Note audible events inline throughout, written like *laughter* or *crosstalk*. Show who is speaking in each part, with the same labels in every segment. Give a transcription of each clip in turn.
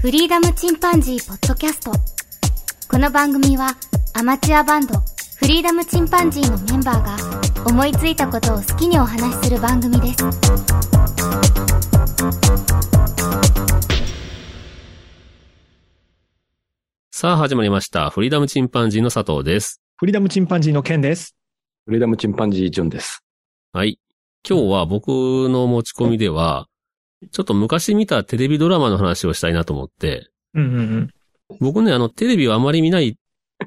Speaker 1: フリーダムチンパンジーポッドキャスト。この番組はアマチュアバンドフリーダムチンパンジーのメンバーが思いついたことを好きにお話しする番組です。
Speaker 2: さあ始まりました。フリーダムチンパンジーの佐藤です。
Speaker 3: フリーダムチンパンジーの件です。
Speaker 4: フリーダムチンパンジージョンです。
Speaker 2: はい。今日は僕の持ち込みでは、ちょっと昔見たテレビドラマの話をしたいなと思って、
Speaker 3: うんうん
Speaker 2: 僕ね、あの、テレビをあまり見ない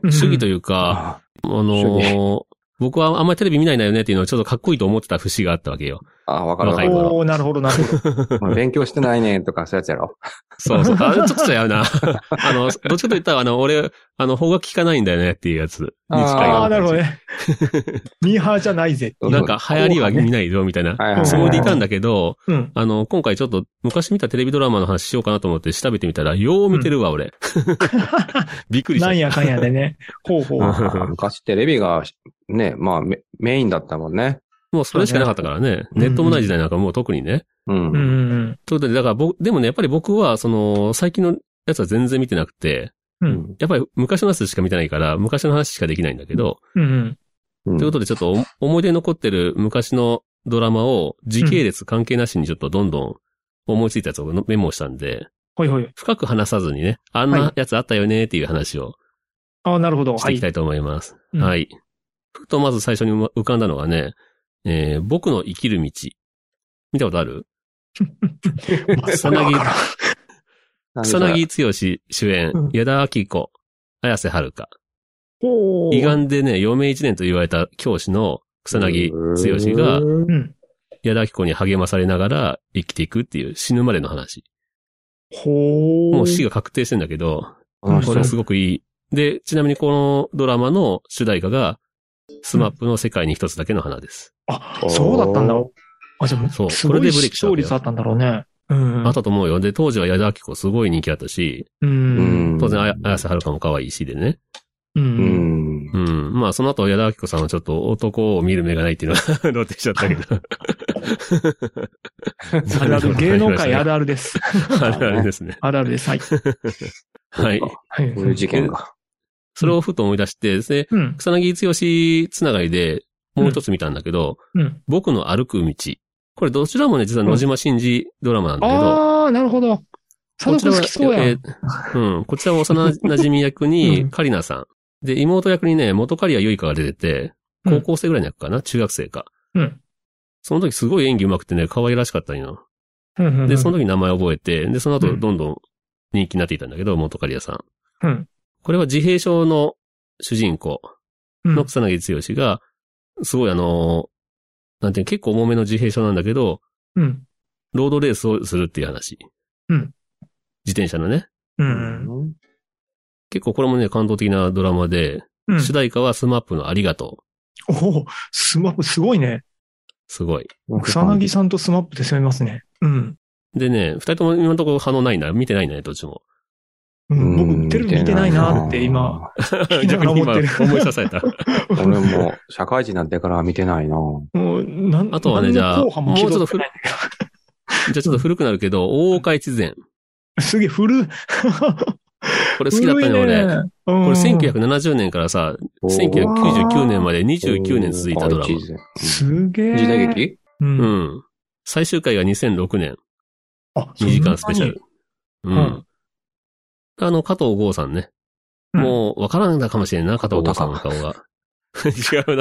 Speaker 3: うん。
Speaker 2: 主義と
Speaker 3: いう。
Speaker 2: いうか、あ
Speaker 4: あ
Speaker 2: のー僕はあんまりテレビ見ないんだよねっていうのをちょっとかっこいいと思ってた節があったわけよ。
Speaker 4: あ、わかるわか
Speaker 2: 若い頃
Speaker 4: る。
Speaker 3: おー、なるほど、なる
Speaker 2: *laughs*
Speaker 3: ほど。
Speaker 4: 勉強してないねとか、そういうやつやろ。
Speaker 2: そうそう。あ、ちょっと違う
Speaker 3: *laughs*
Speaker 2: な。あの、どっちかと言ったら、あの、俺、あの、方が聞かないんだよねっていうやつに近いような感じ
Speaker 3: ああー、なるほどね。ミーハーじゃないぜ。
Speaker 4: そう
Speaker 2: なんか流行りは見ないよみたいな
Speaker 4: はいはい
Speaker 3: はい
Speaker 2: つもりでいたんだけど、
Speaker 3: うん。
Speaker 2: あの、今回ちょっと昔見たテレビドラマの話しようかなと思って調べてみたら、よう見てるわ、俺。 *laughs* びっくりした。
Speaker 3: なんやかんやでね。ほうほ
Speaker 4: あ
Speaker 3: う。
Speaker 4: ー昔テレビが、ね、まあメ、メインだったもんね。
Speaker 2: もうそれしかなかったからね。
Speaker 3: うん
Speaker 2: ネットもない時代なんかもう特にね。
Speaker 4: う
Speaker 3: うん
Speaker 4: ん。
Speaker 3: うん
Speaker 2: ということで、だから僕、でもね、やっぱり僕は、その、最近のやつは全然見てなくて、
Speaker 3: うん。う。
Speaker 4: うんん。
Speaker 2: やっぱり昔のやつしか見てないから、昔の話しかできないんだけど、
Speaker 3: うんうん。
Speaker 4: うん
Speaker 2: ということでちょっとお思い出に残ってる昔のドラマを時系列関係なしにちょっとどんどん思いついたやつをメモしたんで、
Speaker 3: ほいほい。
Speaker 2: 深く話さずにね、あん
Speaker 3: は
Speaker 2: ないやつあったよねっていう話を
Speaker 3: ああ、なるほど。
Speaker 2: し
Speaker 3: は
Speaker 2: ていき
Speaker 3: い
Speaker 2: た。いと思います。
Speaker 3: うん
Speaker 2: はい。ふとまず最初にうま浮かんだのがね、えー僕の生きる道。見たことあ
Speaker 3: *laughs*
Speaker 2: る草
Speaker 3: わ
Speaker 2: 薙
Speaker 3: からん、
Speaker 2: 草薙剛主演
Speaker 3: うん、
Speaker 2: 矢田明子、綾瀬はるか。
Speaker 3: ほう。
Speaker 2: 胃がんでね、余命一年と言われた教師の草薙剛が、
Speaker 4: うん
Speaker 3: うん。
Speaker 2: 矢田明子に励まされながら生きていくっていう死ぬまでの話。
Speaker 3: ほう。
Speaker 2: もう死が確定してんだけど、
Speaker 4: あの
Speaker 2: こ
Speaker 4: 人
Speaker 2: れすごくいい。で、ちなみにこのドラマの主題歌が、スマップの世界に一つだけの花です。
Speaker 3: あ、そうだったんだ。あ、じゃあ、
Speaker 2: そう
Speaker 3: す
Speaker 2: こ
Speaker 3: ご
Speaker 2: れで
Speaker 3: い
Speaker 2: ブレーキ
Speaker 3: 視
Speaker 2: したわ
Speaker 3: 聴
Speaker 2: けよ
Speaker 3: 率あったんだろうね。うん。
Speaker 2: あったと思うよ。で、当時は矢田明子すごい人気だったし、
Speaker 3: う。
Speaker 4: うんん。
Speaker 2: 当然あや綾瀬はるかも可愛いしでね。
Speaker 3: う。
Speaker 4: うんん。
Speaker 2: うん。まあ、その後矢田明子さんはちょっと男を見る目がないっていうのが *laughs* 露呈しちゃったけど。
Speaker 3: *laughs* あるある。芸能界あるあるです。
Speaker 2: あるあるですね。
Speaker 3: あるあるです。はい。
Speaker 2: はい。
Speaker 3: はい
Speaker 4: こういう事件が。
Speaker 2: それをふと思い出してですね、
Speaker 3: うん。
Speaker 2: 草薙剛つながりで、もう一つ見たんだけど、
Speaker 3: うん。
Speaker 2: 僕の歩く道。これどちらもね、実は野島真司ドラマなんだけど、
Speaker 3: ああ、なるほど。佐
Speaker 2: こ
Speaker 3: 藤
Speaker 2: ちら
Speaker 3: 君
Speaker 2: は
Speaker 3: 好きそうや
Speaker 2: え
Speaker 3: ん。
Speaker 2: ーうん。こちらは幼馴染役
Speaker 3: う
Speaker 2: に、
Speaker 3: ん
Speaker 2: カリナさん。で、妹役にね、元カリアユイカが出てて、
Speaker 3: うん
Speaker 2: 高校生ぐらいの役かな、中学生か。
Speaker 3: うん
Speaker 2: その時すごい演技上手くてね、可愛らしかったんよ。
Speaker 3: うんうんうん
Speaker 2: で、その時名前覚えて、で、その後
Speaker 3: うん
Speaker 2: どんどん人気になっていたんだけど、元カリアさん。
Speaker 3: うん
Speaker 2: これは自閉症の主人公
Speaker 3: うん
Speaker 2: の草薙剛が、すごいあのーなんていうの結構重めの自閉症なんだけど、
Speaker 3: うん。
Speaker 2: ロードレースをするっていう話。
Speaker 3: うん
Speaker 2: 自転車のね。
Speaker 3: う。
Speaker 4: うん
Speaker 2: 結構これもね、感動的なドラマで、
Speaker 3: うん。
Speaker 2: 主題歌はスマップのありがとう。
Speaker 3: *laughs* おお、スマップ、すごいね。
Speaker 2: すごい。
Speaker 3: 草薙さんとスマップで攻めますね。うん。
Speaker 2: でね、二人とも今のところ反応ないんだ。見てないんだね、どっ
Speaker 3: *laughs*
Speaker 2: ちも。
Speaker 3: うん、僕、テレビ見てないなって今、。きながら思ってる
Speaker 2: 逆に今思い出された。
Speaker 4: うん俺も、社会人になってから見てないな
Speaker 3: *laughs* もう、な
Speaker 2: *laughs*
Speaker 3: ん
Speaker 2: あとはね
Speaker 3: 何の
Speaker 2: じゃあ
Speaker 3: 後半も気取っ
Speaker 2: *laughs*
Speaker 3: てない
Speaker 2: じゃあちょっと古くなるけど、大岡越前。
Speaker 3: すげえ、古。
Speaker 2: これ好きだったね、
Speaker 3: 古い
Speaker 2: 俺。
Speaker 3: ね。
Speaker 2: こ
Speaker 3: こ
Speaker 2: れ1970年からさ、1999年まで29年続いたドラマ。
Speaker 4: 時
Speaker 3: すげえ。
Speaker 4: 代劇
Speaker 2: う
Speaker 3: う。
Speaker 2: んん。最終回が2006年、
Speaker 3: あ、
Speaker 2: 2時間スペシャル。う。
Speaker 3: なにうん
Speaker 2: あの、加藤剛さんね。
Speaker 3: うん
Speaker 2: もう、わからんだかもしれんな、加藤剛さんの顔が。 *laughs* 違う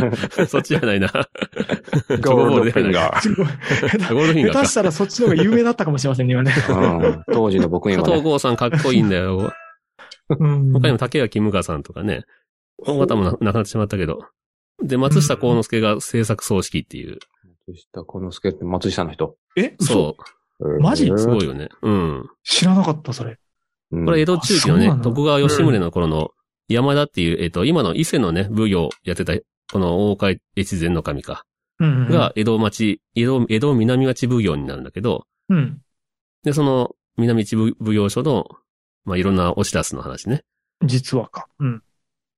Speaker 2: な。そっちじゃない *laughs* な。 *laughs* ゴない。ゴールドフ
Speaker 3: そんなに。すごい。
Speaker 4: が。
Speaker 2: ィンガー
Speaker 3: 下
Speaker 2: か
Speaker 3: 手したらそっちの方が有名だったかもしれませんね、 *laughs* 今ね。
Speaker 4: うん当時の僕に
Speaker 2: 加
Speaker 4: は
Speaker 2: 藤
Speaker 4: ね。
Speaker 2: 剛さんかっこいいんだよ。
Speaker 3: うん。
Speaker 2: 他にも竹垣無香さんとかね。この方もな亡くなってしまったけど。で、松下幸之助が制作葬式っていう。
Speaker 4: 松下幸之助って松下の人。
Speaker 3: え、嘘
Speaker 2: そ
Speaker 3: マジ
Speaker 2: う。すごいよね。うん。
Speaker 3: 知らなかった、それ。
Speaker 4: うん
Speaker 2: これ江戸中期の
Speaker 3: あそうな
Speaker 2: ね
Speaker 3: ん、だ
Speaker 2: 徳川吉宗の頃の山田っていう、えっと、今の伊勢のね、奉行やってた、この大岡越前の神か。
Speaker 3: うんうん。
Speaker 2: が江戸町、江戸、江戸南町奉行になるんだけど、
Speaker 3: うん。
Speaker 2: で、その南町奉奉行所の、まあ、いろんなお知らせの話ね。
Speaker 3: 実はか。うん。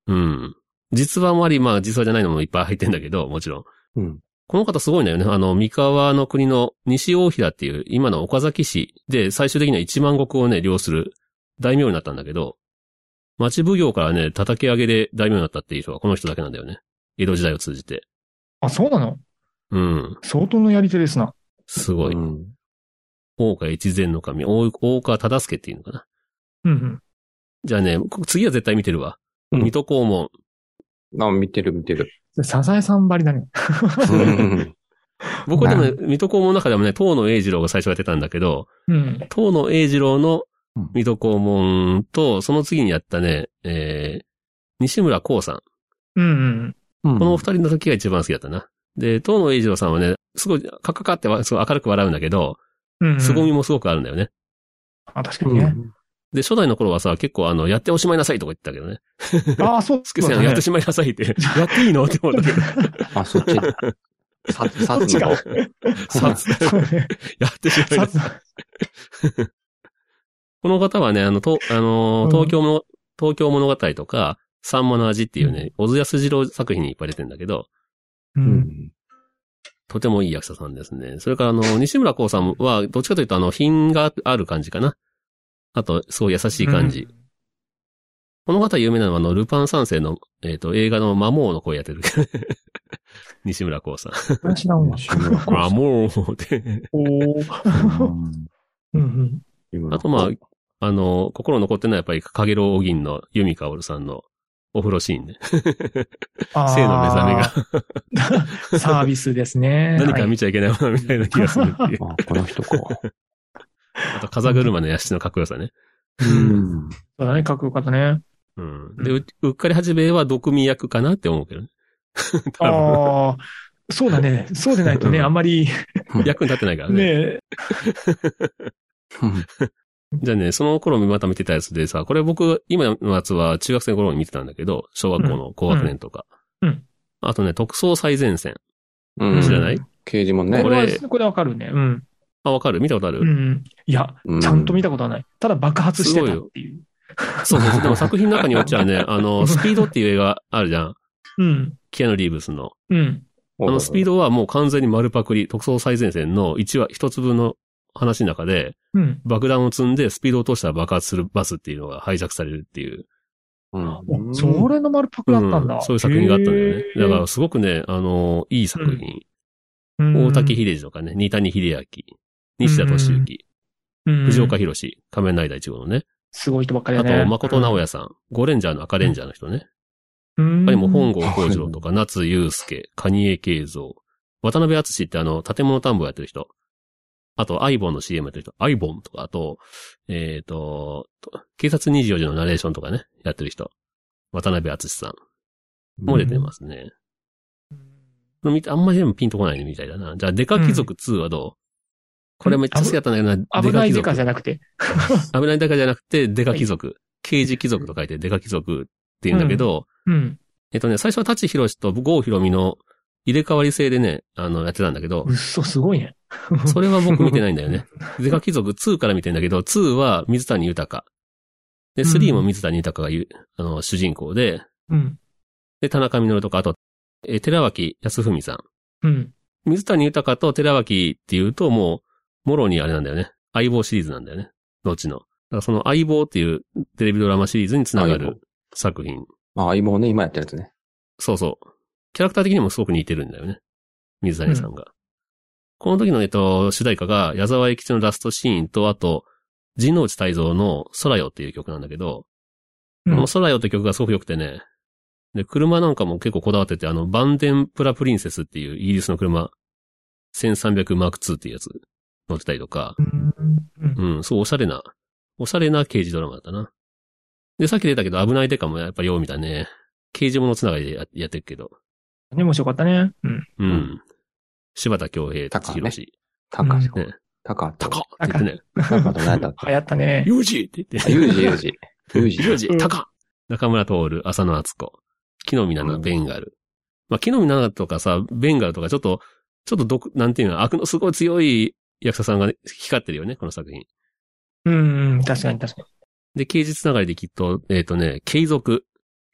Speaker 2: うん。実話もあり、まあ実話じゃないのもいっぱい入ってんだけど、もちろん。
Speaker 4: うん
Speaker 2: この方すごいんだよね。あの、三河の国の西大平っていう、今の岡崎市で最終的には1万石をね、領する大名になったんだけど、町奉行からね、叩き上げで大名になったっていう人はこの人だけなんだよね。江戸時代を通じて。
Speaker 3: あ、そうなの
Speaker 2: うん。
Speaker 3: 相当のやり手ですな。
Speaker 2: すごい。
Speaker 4: うん
Speaker 2: 大岡越前の神、大大岡忠助っていうのかな。
Speaker 3: うんうん。
Speaker 2: じゃあね、こ次は絶対見てるわ。
Speaker 4: うん
Speaker 2: 水戸黄門。
Speaker 4: あ、見てる見て
Speaker 2: *laughs*
Speaker 4: る。
Speaker 3: サザエさんばりだね。
Speaker 4: うん
Speaker 2: 僕はでもね
Speaker 3: な、
Speaker 2: 水戸黄門の中でもね、東野栄二郎が最初やってたんだけど、
Speaker 3: うん。
Speaker 2: 東野栄二郎の水戸黄門と、その次にやったね、えー、西村光さん。
Speaker 3: うんうん。
Speaker 2: このお二人の時が一番好きだったな。で、東野栄二郎さんはね、すごい、カカカってわすごい明るく笑うんだけど、
Speaker 3: うん、うん。
Speaker 2: 凄みもすごくあるんだよね。
Speaker 3: あ、確か
Speaker 4: う
Speaker 3: にね。
Speaker 4: ん
Speaker 2: で、初代の頃はさ、結構あの、やっておしまいなさいとか言ってたけどね。
Speaker 3: ああ、そう
Speaker 2: つくせん、やってしまいなさい
Speaker 3: *laughs*
Speaker 2: って、やっていいのって思ったけど。
Speaker 4: あ、そ
Speaker 2: *laughs*
Speaker 4: っち。ささっきの方。
Speaker 2: さつ
Speaker 3: そうね
Speaker 2: やってしまいな
Speaker 3: サ
Speaker 2: さい。
Speaker 3: ザ
Speaker 2: この方はね、あの、とあのー
Speaker 3: うん
Speaker 2: 東京も、東京物語とか、さんまの味っていうね、小津安二郎作品にいっぱい出てんだけど、
Speaker 3: う。
Speaker 4: うんん
Speaker 2: とてもいい役者さんですね。それからあの、西村光さんは、どっちかというとあの、品がある感じかな。あと、すごい優しい感じ。
Speaker 3: うん
Speaker 2: この方有名なのは、あの、ルパン三世の、えっ、と、映画の魔王の声やってる。 *laughs* 西村光さん。
Speaker 3: これは知らんわ。
Speaker 4: 西村
Speaker 2: 魔
Speaker 4: 光
Speaker 2: 王って。
Speaker 3: お
Speaker 4: さ
Speaker 3: ー
Speaker 4: ん
Speaker 3: うんうん。
Speaker 4: うん
Speaker 2: あとまあ、あの、心残ってるのはやっぱり、かげろう銀の由美かおるさんのお風呂シーンね。
Speaker 3: あー
Speaker 2: 性の目覚めが。
Speaker 3: サービスですね。
Speaker 2: 何か
Speaker 3: はい
Speaker 2: 見ちゃいけないものみたいな気がするっていう。
Speaker 4: あ、この人か。
Speaker 2: *laughs* あと、風車の屋敷のかっこよさね。
Speaker 4: うん。
Speaker 3: そうだね、かっこよかったね。
Speaker 2: うん。で、ううっかりはじめは毒味役かなって思うけどね。多分
Speaker 3: ああ、そうだね。そうでないとね、あんまり、
Speaker 2: 役に立ってないからね。
Speaker 3: ね、
Speaker 4: うん
Speaker 2: じゃあね、その頃また見てたやつでさ、これ僕、今のやつは中学生の頃に見てたんだけど、小学校の高学年とか。
Speaker 3: うんうん
Speaker 2: あとね、特捜最前線。
Speaker 4: うん。
Speaker 2: 知らない
Speaker 4: 刑事もんね
Speaker 3: こ。
Speaker 2: 俺
Speaker 3: れは、これわかるね。うん。
Speaker 2: あ、わかる見たことある、
Speaker 3: うん。いや
Speaker 4: う、ん
Speaker 3: ちゃんと見たことはない。ただ爆発してたっていう。
Speaker 2: そうそう。で
Speaker 3: *laughs*
Speaker 2: も作品の中によっちゃね、あの、スピードっていう映画あるじゃん。
Speaker 3: うん。
Speaker 2: キアヌ・リーブスの。
Speaker 3: うん。
Speaker 2: あのスピー
Speaker 4: ド。
Speaker 2: ドはもう完全に丸パクリ、特捜最前線の1話、一粒の話の中で、
Speaker 3: うん。
Speaker 2: 爆弾を積んでスピードを落としたら爆発するバスっていうのがハイジャックされるっていう。
Speaker 4: うん。
Speaker 3: それの丸パクだったんだ。
Speaker 2: うんそういう作品があったんだよね。だから
Speaker 3: ら、
Speaker 2: すごくね、あの、いい作品。
Speaker 3: うん
Speaker 2: 大竹、秀治とかね、二谷秀明、西田敏行、
Speaker 3: うん
Speaker 2: 藤岡弘、仮面ライダー1号のね。
Speaker 3: すごい人ばっかり
Speaker 2: あ
Speaker 3: だね。
Speaker 2: と、誠直哉さん、ゴレンジャーの赤レンジャーの人ね。
Speaker 3: うん。
Speaker 2: 他にも本
Speaker 3: 本
Speaker 2: 郷幸次郎とか、夏祐介、蟹江慶三、渡辺篤ってあの、建物探訪やってる人。あと、アイボンの CM やってる人、アイボンとか、あと、えっ、と、警察24時のナレーションとかね、やってる人。渡辺篤さんも出てますね。見てあんまりでもピンとこないみたいだな。じゃあ、デカ貴族2はどう、これめっちゃ好きだったんだけどな、
Speaker 3: 危ない
Speaker 2: 貴
Speaker 3: デ
Speaker 2: 族
Speaker 3: カじゃなくて。
Speaker 2: 危ないデカじゃなくて、デカ貴族。刑事貴族と書いて、デカ貴族って言うんだけど、
Speaker 3: うん。
Speaker 2: えっとね、最初は舘ひろしと郷ひろみの入れ替わり制でね、あの、やってたんだけど
Speaker 3: う、っそ、すごいね。
Speaker 2: それは僕見てないんだよ
Speaker 3: *laughs*
Speaker 2: ね。ゼガ貴族2から見てんだけど、2は水谷豊。で、3も水谷豊がゆ、あの、主人公で、
Speaker 3: うん。
Speaker 2: で、田中稔とか、あと、えー寺脇康文さん。
Speaker 3: うん。
Speaker 2: 水谷豊と寺脇っていうと、もう、もろにあれなんだよね。相棒シリーズなんだよね。後の。だからその相棒っていうテレビドラマシリーズにつなが
Speaker 4: 相棒
Speaker 2: る作品。
Speaker 4: あ、相棒ね、今やってるやつね。
Speaker 2: そうそう。キャラクター的にもすごく似てるんだよね。水谷さんが。この時の、えっと、主題歌が、矢沢永吉のラストシーンと、あと、神之内泰造の空よっていう曲なんだけど、
Speaker 3: うん
Speaker 2: この空よって曲がすごく良くてね、で、車なんかも結構こだわってて、あの、バンデンプラプリンセスっていうイギリスの車、1300M2 っていうやつ乗ってたりとか、
Speaker 3: うん。
Speaker 2: うん、そう、おしゃれな、おしゃれな刑事ドラマだったな。で、さっき出たけど、危ないデカもやっぱよう見たね。刑事物つながりでややってるけど、
Speaker 3: ね、面白かったね。うん。
Speaker 2: う。
Speaker 4: うん
Speaker 2: 柴田恭平、
Speaker 4: 高
Speaker 2: 高
Speaker 4: ね
Speaker 2: 弘志。
Speaker 4: タカ、
Speaker 3: うん
Speaker 2: ね
Speaker 4: タカ、
Speaker 2: 高っって言ってね。
Speaker 4: タカと何だっ
Speaker 3: 流行
Speaker 4: け
Speaker 3: ったね。
Speaker 2: ユージって言っ
Speaker 4: あ
Speaker 2: て。
Speaker 4: ユージ、ユージ。ユージ。
Speaker 2: ユージ
Speaker 3: うん
Speaker 2: 高っ中村徹、浅野敦子。木の実奈々、ベンガル。まあ、木の実奈々とかさ、ベンガルとかちょっと、ちょっと毒、なんていうの、悪のすごい強い役者さんがね光ってるよね、この作品。
Speaker 3: うんうん、確かに確か
Speaker 2: で、刑事つながりできっと、えっ、とね、継続。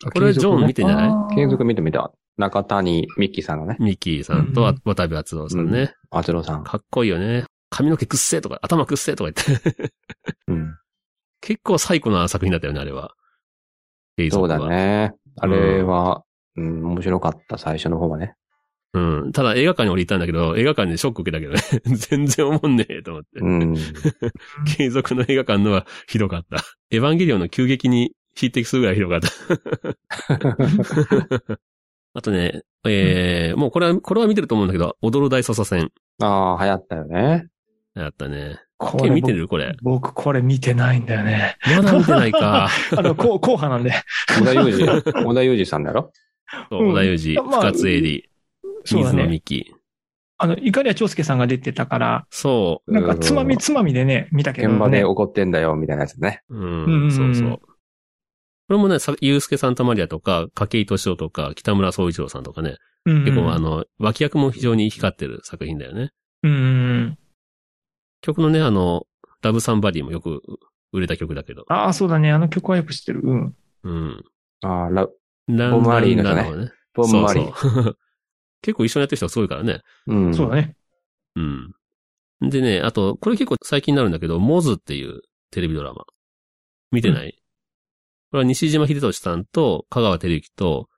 Speaker 4: あ
Speaker 2: これはジョン見て
Speaker 3: に。
Speaker 2: んじゃない
Speaker 3: あー
Speaker 4: 継続見てみた。中谷ミッキーさんがね、
Speaker 2: ミッキーさんと
Speaker 3: うんう
Speaker 2: わ
Speaker 3: ん
Speaker 2: 渡部篤郎さんね。
Speaker 4: アトロさん。
Speaker 2: かっこいいよね。髪の毛くっせえとか、頭くっせえとか言って。
Speaker 4: うん。
Speaker 2: 結構最古な作品だったよね、あれは。映像
Speaker 4: そうだ。ね。あれ
Speaker 2: うん
Speaker 4: は、うん、面白かった、最初の方はね。
Speaker 2: うん。ただ映画館に俺行ったんだけど、映画館にショック受けたけど *laughs* ね。全然思んねえと思って。 *laughs*
Speaker 4: うん。
Speaker 2: 継続の映画館のはひどかった。エヴァンゲリオンの急激に匹敵するぐらいひどかった。あとね、えーもうこれは、これは見てると思うんだけど、踊る大捜査線。
Speaker 4: ああ、流行ったよ
Speaker 2: *laughs*
Speaker 4: ね。
Speaker 2: あったね。
Speaker 3: こ
Speaker 2: ケン見てるこれ。
Speaker 3: 僕、これ見てないんだよね。
Speaker 2: まだ見てないか。
Speaker 3: あの、こう、 *laughs* 硬派なんで。
Speaker 4: 小田裕二、小田裕二さん
Speaker 2: *laughs*
Speaker 4: だろ
Speaker 2: そう、
Speaker 3: うん
Speaker 2: 小田裕二、
Speaker 3: まあ
Speaker 2: 深津絵里、
Speaker 3: そうだ
Speaker 2: 水野
Speaker 3: ね。
Speaker 2: 美紀。
Speaker 3: あの、いかりや長介さんが出てたから、
Speaker 2: そ
Speaker 3: なんか、つまみ
Speaker 4: うん
Speaker 3: つまみでね、見たけどね。
Speaker 4: 現場で怒ってんだよ、みたいなやつね。
Speaker 2: う。うん、
Speaker 3: うんうん
Speaker 2: そうそう。これもね、さゆうすけさんたまりやとか、筧敏夫とか、北村総一郎さんとかね、
Speaker 3: うんうん、
Speaker 2: 結構あの、脇役も非常に光ってる作品だよね。
Speaker 3: うんうん。
Speaker 2: 曲のね、あの、ラブサンバディもよく売れた曲だけど。
Speaker 3: ああ、そうだね。あの曲はよく知ってる。うん。
Speaker 2: うん。
Speaker 4: ああ、ラ
Speaker 2: ラ
Speaker 4: ボブマリーの人ね
Speaker 2: ララね。
Speaker 4: ボンマリー。
Speaker 2: そうそう *laughs* 結構一緒にやってる人がすごいからね。
Speaker 4: うん。
Speaker 3: そうだね。
Speaker 2: うん。でね、あと、これ結構最近になるんだけど、モズっていうテレビドラマ。見てない、これは西島秀俊さんと香川照之と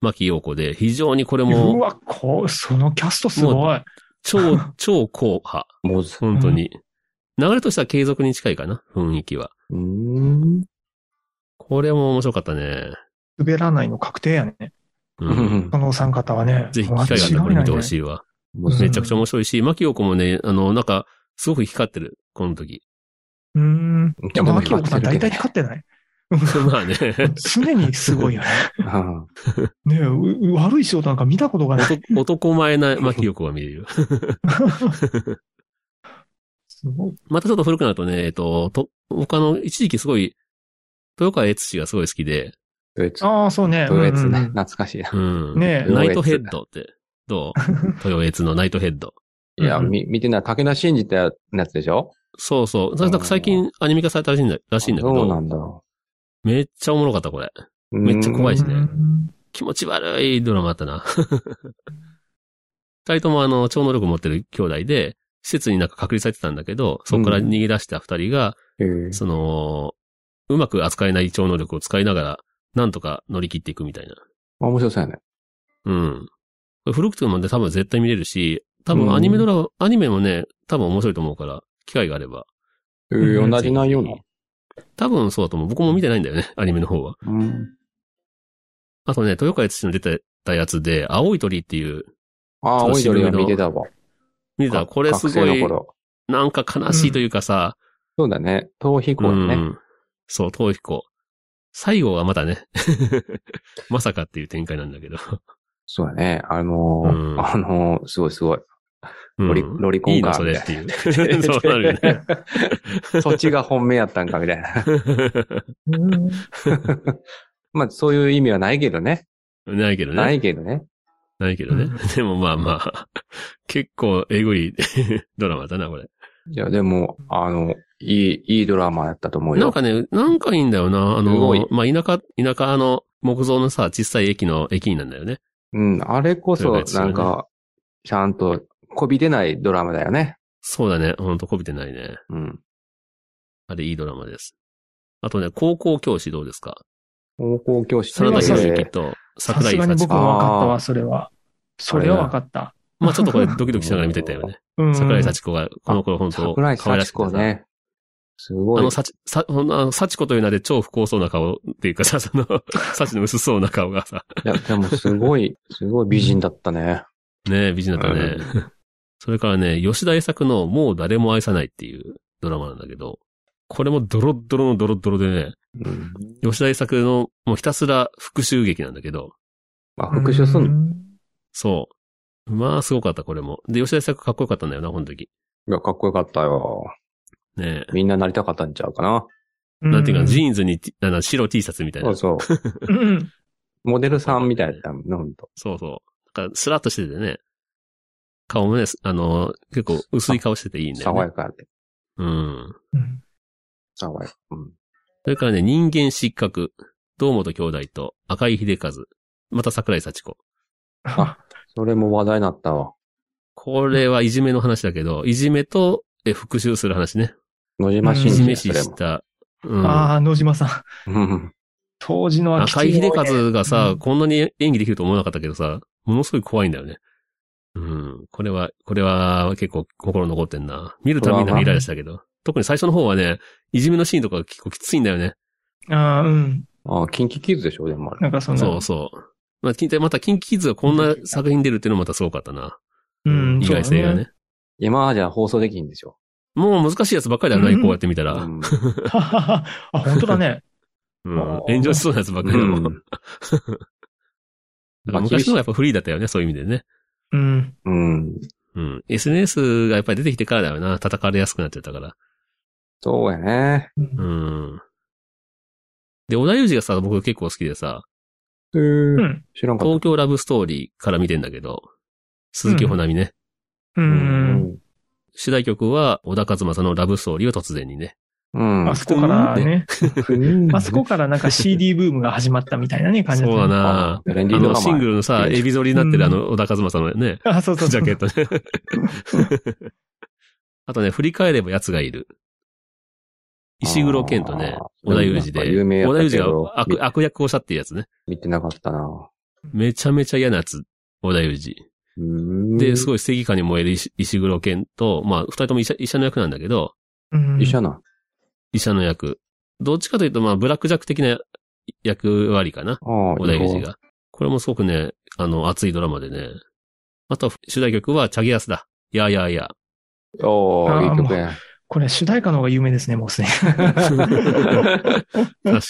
Speaker 2: 牧陽子で、非常にこれ
Speaker 3: う
Speaker 2: も
Speaker 3: わ、こう、そのキャストすごい。
Speaker 2: 超、超硬派。
Speaker 4: モズ。
Speaker 2: 本当に。流れとしては継続に近いかな、雰囲気は。
Speaker 4: うーん。
Speaker 2: これも面白かったね。
Speaker 3: 滑らないの確定やね。
Speaker 2: うん。
Speaker 3: このお三方はね。
Speaker 2: ぜひ機会があったらこれ見てほしいわ。
Speaker 4: モズ
Speaker 2: めちゃくちゃ面白いし、牧陽子もね、あの、なんか、すごく光ってる、この時。 *laughs*
Speaker 3: うーん。
Speaker 4: で
Speaker 3: で
Speaker 4: も
Speaker 3: も、
Speaker 4: まあ
Speaker 3: 秋岡さん大体光ってない。
Speaker 2: まあね、
Speaker 3: 常にすごい
Speaker 2: *laughs*
Speaker 3: よね。
Speaker 4: *laughs* うん
Speaker 3: ねえうう悪い仕事なんか見たこ
Speaker 2: *laughs*
Speaker 3: とがない。
Speaker 2: 男男前な牧陽子が見れる。
Speaker 3: すごい。
Speaker 2: またちょっと古くなるとね、えっと、と、他の、一時期すごい、豊川悦司がすごい好きで、
Speaker 4: ドイツ。
Speaker 3: ああ、そうね。
Speaker 4: ドイツ
Speaker 3: うんう
Speaker 4: ね。
Speaker 3: ん
Speaker 4: 懐かしいな。
Speaker 2: うん。
Speaker 3: ねえ
Speaker 2: ナイトヘッドって、どう
Speaker 4: *laughs*
Speaker 2: 豊悦のナイトヘッド。
Speaker 4: いや、
Speaker 3: うん
Speaker 4: み見てない。武田真治ってやつでしょ
Speaker 2: そうそう。なんか最近アニメ化されたらしいんだらしいんだけ
Speaker 4: そうな
Speaker 2: ど、
Speaker 4: んだ。
Speaker 2: めっちゃおもろかった、これ。めっちゃ怖いしね
Speaker 3: うん
Speaker 2: 気持ち悪いドラマだったな。 *laughs* 二人ともあの、超能力持ってる兄弟で、施設になんか隔離されてたんだけど、そこから逃げ出した二人が、
Speaker 4: うん。
Speaker 2: その、うまく扱えない超能力を使いながら、なんとか乗り切っていくみたいな。
Speaker 4: あ面白そうやね。
Speaker 2: うん。これ古くてもね、多分絶対見れるし、多分アニメドラマ、アニメもね、多分面白いと思うから、機会があれば。
Speaker 4: え
Speaker 3: うん
Speaker 4: ー、同じ内容なの
Speaker 2: 多分そうだと思う。僕も見てないんだよね、アニメの方は。
Speaker 4: うん。
Speaker 2: あとね、豊川悦司の出てたやつで、青い鳥っていう、
Speaker 4: ああ、
Speaker 2: そう
Speaker 4: おいどりは見てたわ。
Speaker 2: 見てたらこれす
Speaker 4: 学
Speaker 2: ご
Speaker 4: 生
Speaker 2: い
Speaker 4: の、頃
Speaker 2: なんか悲しいというかさ、
Speaker 4: そうだね。逃避行
Speaker 2: う
Speaker 4: だね。
Speaker 2: ん。そう、東彦。最後はまだね、 *laughs* まさかっていう展開なんだけど。
Speaker 4: そうだね。あのー
Speaker 2: うん
Speaker 4: あのーすごいすごい。ロリ
Speaker 2: うん
Speaker 4: ロリコン
Speaker 2: い
Speaker 4: か
Speaker 2: いのそれっていう。 *laughs* そう *laughs* なるよね。
Speaker 4: *laughs* そっちが本命やったんか、みたいな。 *laughs*
Speaker 3: うん
Speaker 4: まあ、そういう意味はないけどね。
Speaker 2: ないけどね。な
Speaker 4: ないいけどね。
Speaker 2: けどね
Speaker 3: うん。
Speaker 2: *laughs* でもまあまあ、 *laughs* 結構えぐい *laughs* ドラマだな、これ。
Speaker 4: いや、でも、あの、いい、いいドラマやったと思うよ。
Speaker 2: なんかね、なんかいいんだよな。あ
Speaker 4: すごい
Speaker 2: の、まあ田舎、田舎の木造のさ、小さい駅の駅員なんだよね。
Speaker 4: うん、あれこ
Speaker 2: そう
Speaker 4: そ
Speaker 2: で、すよ
Speaker 4: な
Speaker 2: ね
Speaker 4: んか、ちゃんと、こびてないドラマだよね。
Speaker 2: そうだね。ほんとこびてないね。
Speaker 4: うん。
Speaker 2: あれいいドラマです。あとね、高校教師どうですか
Speaker 4: 高校教師
Speaker 2: 真
Speaker 3: れ
Speaker 2: 田
Speaker 3: は
Speaker 2: 広之
Speaker 4: で、
Speaker 2: と
Speaker 3: さ
Speaker 2: 桜
Speaker 3: す
Speaker 2: 井
Speaker 3: がに
Speaker 2: 幸
Speaker 3: 僕
Speaker 2: 子。
Speaker 3: は分かったわ、それは。それは分かった。
Speaker 2: まあちょっとこれドキドキしながら見てたよね。
Speaker 3: うん
Speaker 2: 桜井幸子が、この頃本当、
Speaker 4: 桜井幸子
Speaker 2: さ。
Speaker 4: ね。すご
Speaker 2: あ
Speaker 4: い
Speaker 2: の、。幸、さ、ほんのあの、幸子という名で超不幸そうな顔っていうかさ、その、幸の薄そうな顔がさ、
Speaker 4: いや、でもすご *laughs* い、すごい美人だったね。
Speaker 2: ねえ美人だったね。それからね、吉田栄作のもう誰も愛さないっていうドラマなんだけど、これもドロッドロのドロッドロでね、
Speaker 4: うん。
Speaker 2: 吉田栄作のもうひたすら復讐劇なんだけど、
Speaker 4: まあ、復讐すんの
Speaker 3: の
Speaker 2: そう。まあ、すごかった、これも。で、吉田栄作かっこよかったんだよな、この時。
Speaker 4: いや、かっこよかったよ。
Speaker 2: ねえ
Speaker 4: みんななりたかったんちゃうかな。
Speaker 2: なんていうか、ジ
Speaker 3: ン。
Speaker 2: ーンズに、あの、白 T シャツみたい
Speaker 4: そ
Speaker 2: な
Speaker 4: う。そう。
Speaker 3: うん
Speaker 4: モデルさんみたいだったもんね、ほんと。
Speaker 2: そうそう。なんか、スラッとしててね。顔もね、すあの、結構薄い顔してていいんだよね
Speaker 4: 爽や。かで。
Speaker 2: うん。
Speaker 3: うん
Speaker 4: 爽やか。うん。
Speaker 2: それからね、人間失格。堂本兄弟と赤井秀和。また桜井幸子。
Speaker 4: それも話題になったわ。
Speaker 2: これはいじめの話だけど、いじめと、え、復讐する話ね。
Speaker 4: 野島
Speaker 3: うん
Speaker 2: い
Speaker 4: 真
Speaker 2: じめ
Speaker 4: 司、
Speaker 2: し
Speaker 4: それ
Speaker 2: し
Speaker 4: も。
Speaker 2: た。うん。
Speaker 3: ああ、野島さん。
Speaker 4: うん
Speaker 3: 当時のは
Speaker 2: 赤井秀和がさ、
Speaker 3: うん
Speaker 2: こんなに演技できると思わなかったけどさ、ものすごい怖いんだよね。うん。これは、これは結構心残ってんな。見るたびにイライラしたけど。特に最初の方はね、いじめのシーンとか結構きついんだよね。
Speaker 3: ああ、うん。
Speaker 4: ああ、キンキキーズでしょ、でもあれ。
Speaker 3: なんかそんな。
Speaker 2: そうそう。まあ、きまた、キンキキッズがこんな作品出るっていうのもまたすごかったな。
Speaker 3: うん。
Speaker 2: 意外性がね。
Speaker 4: 今じゃ放送できんでしょ。
Speaker 2: もう難しいやつばっかりだな、
Speaker 3: うん
Speaker 2: こうやって見た
Speaker 4: *laughs* う
Speaker 2: ら。
Speaker 4: ん
Speaker 3: そうだね。ははは *laughs* あ、本当だね。
Speaker 2: うん。炎上しそうなやつばっかりだもん。
Speaker 4: うん
Speaker 2: だから昔の方がやっぱフリーだったよね、そういう意味でね。
Speaker 3: うん。
Speaker 4: うん。
Speaker 2: うん。SNS がやっぱり出てきてからだよな、叩かれやすくなっちゃったから。
Speaker 4: そうやね。
Speaker 3: う。
Speaker 2: うんん。で、小田裕二がさ、僕結構好きでさ、
Speaker 3: うん。
Speaker 4: 知らんかっ
Speaker 2: 東京ラブストーリーから見てんだけど、鈴木ほなみね。
Speaker 3: う。。
Speaker 4: た。うん
Speaker 2: 主題曲は、小田和正のラブストーリーを突然にね。
Speaker 4: うん
Speaker 3: あ。そこからね。
Speaker 4: うん
Speaker 3: あそこからなんか CD ブームが始まったみたいな
Speaker 2: *laughs*
Speaker 3: ね、感じ
Speaker 2: そうだ
Speaker 3: ったね。
Speaker 2: な
Speaker 4: レンデ
Speaker 2: あ
Speaker 4: ィード
Speaker 2: の、
Speaker 4: ラマ。
Speaker 2: シングルのさ、エビ反りになってるあの、小田和正のね、
Speaker 3: あ、そうそう
Speaker 2: ジ
Speaker 3: そう。
Speaker 2: ャケットね。 *laughs* あとね、振り返れば奴がいる。石黒健とね
Speaker 4: あ、ー
Speaker 2: 小田裕二
Speaker 4: なん
Speaker 2: で、
Speaker 4: か有名やっ
Speaker 2: 小田
Speaker 4: たけど
Speaker 2: 裕二が悪悪役をしたっていうやつね。
Speaker 4: 見てなかったな。
Speaker 2: めちゃめちゃ嫌なやつ、小田裕二。で、す
Speaker 4: い。
Speaker 2: ごい正義感に燃える石石黒健と、まあ、二人とも医者医者の役なんだけど、
Speaker 3: うん
Speaker 4: 医者なん。
Speaker 2: 医者の役。どっちかというと、まあ、ブラックジャック的な役割かな、
Speaker 4: ああ、
Speaker 2: 小田裕二が。これもすごくね、あの、熱いドラマでね。あと、主題曲は、チャギアスだ。いやいやいや。
Speaker 4: お
Speaker 3: あ
Speaker 4: ー、
Speaker 3: ー
Speaker 4: いい曲や。
Speaker 3: これ主題歌の方が有名ですね、もうす
Speaker 2: *laughs*
Speaker 3: でに。
Speaker 2: 確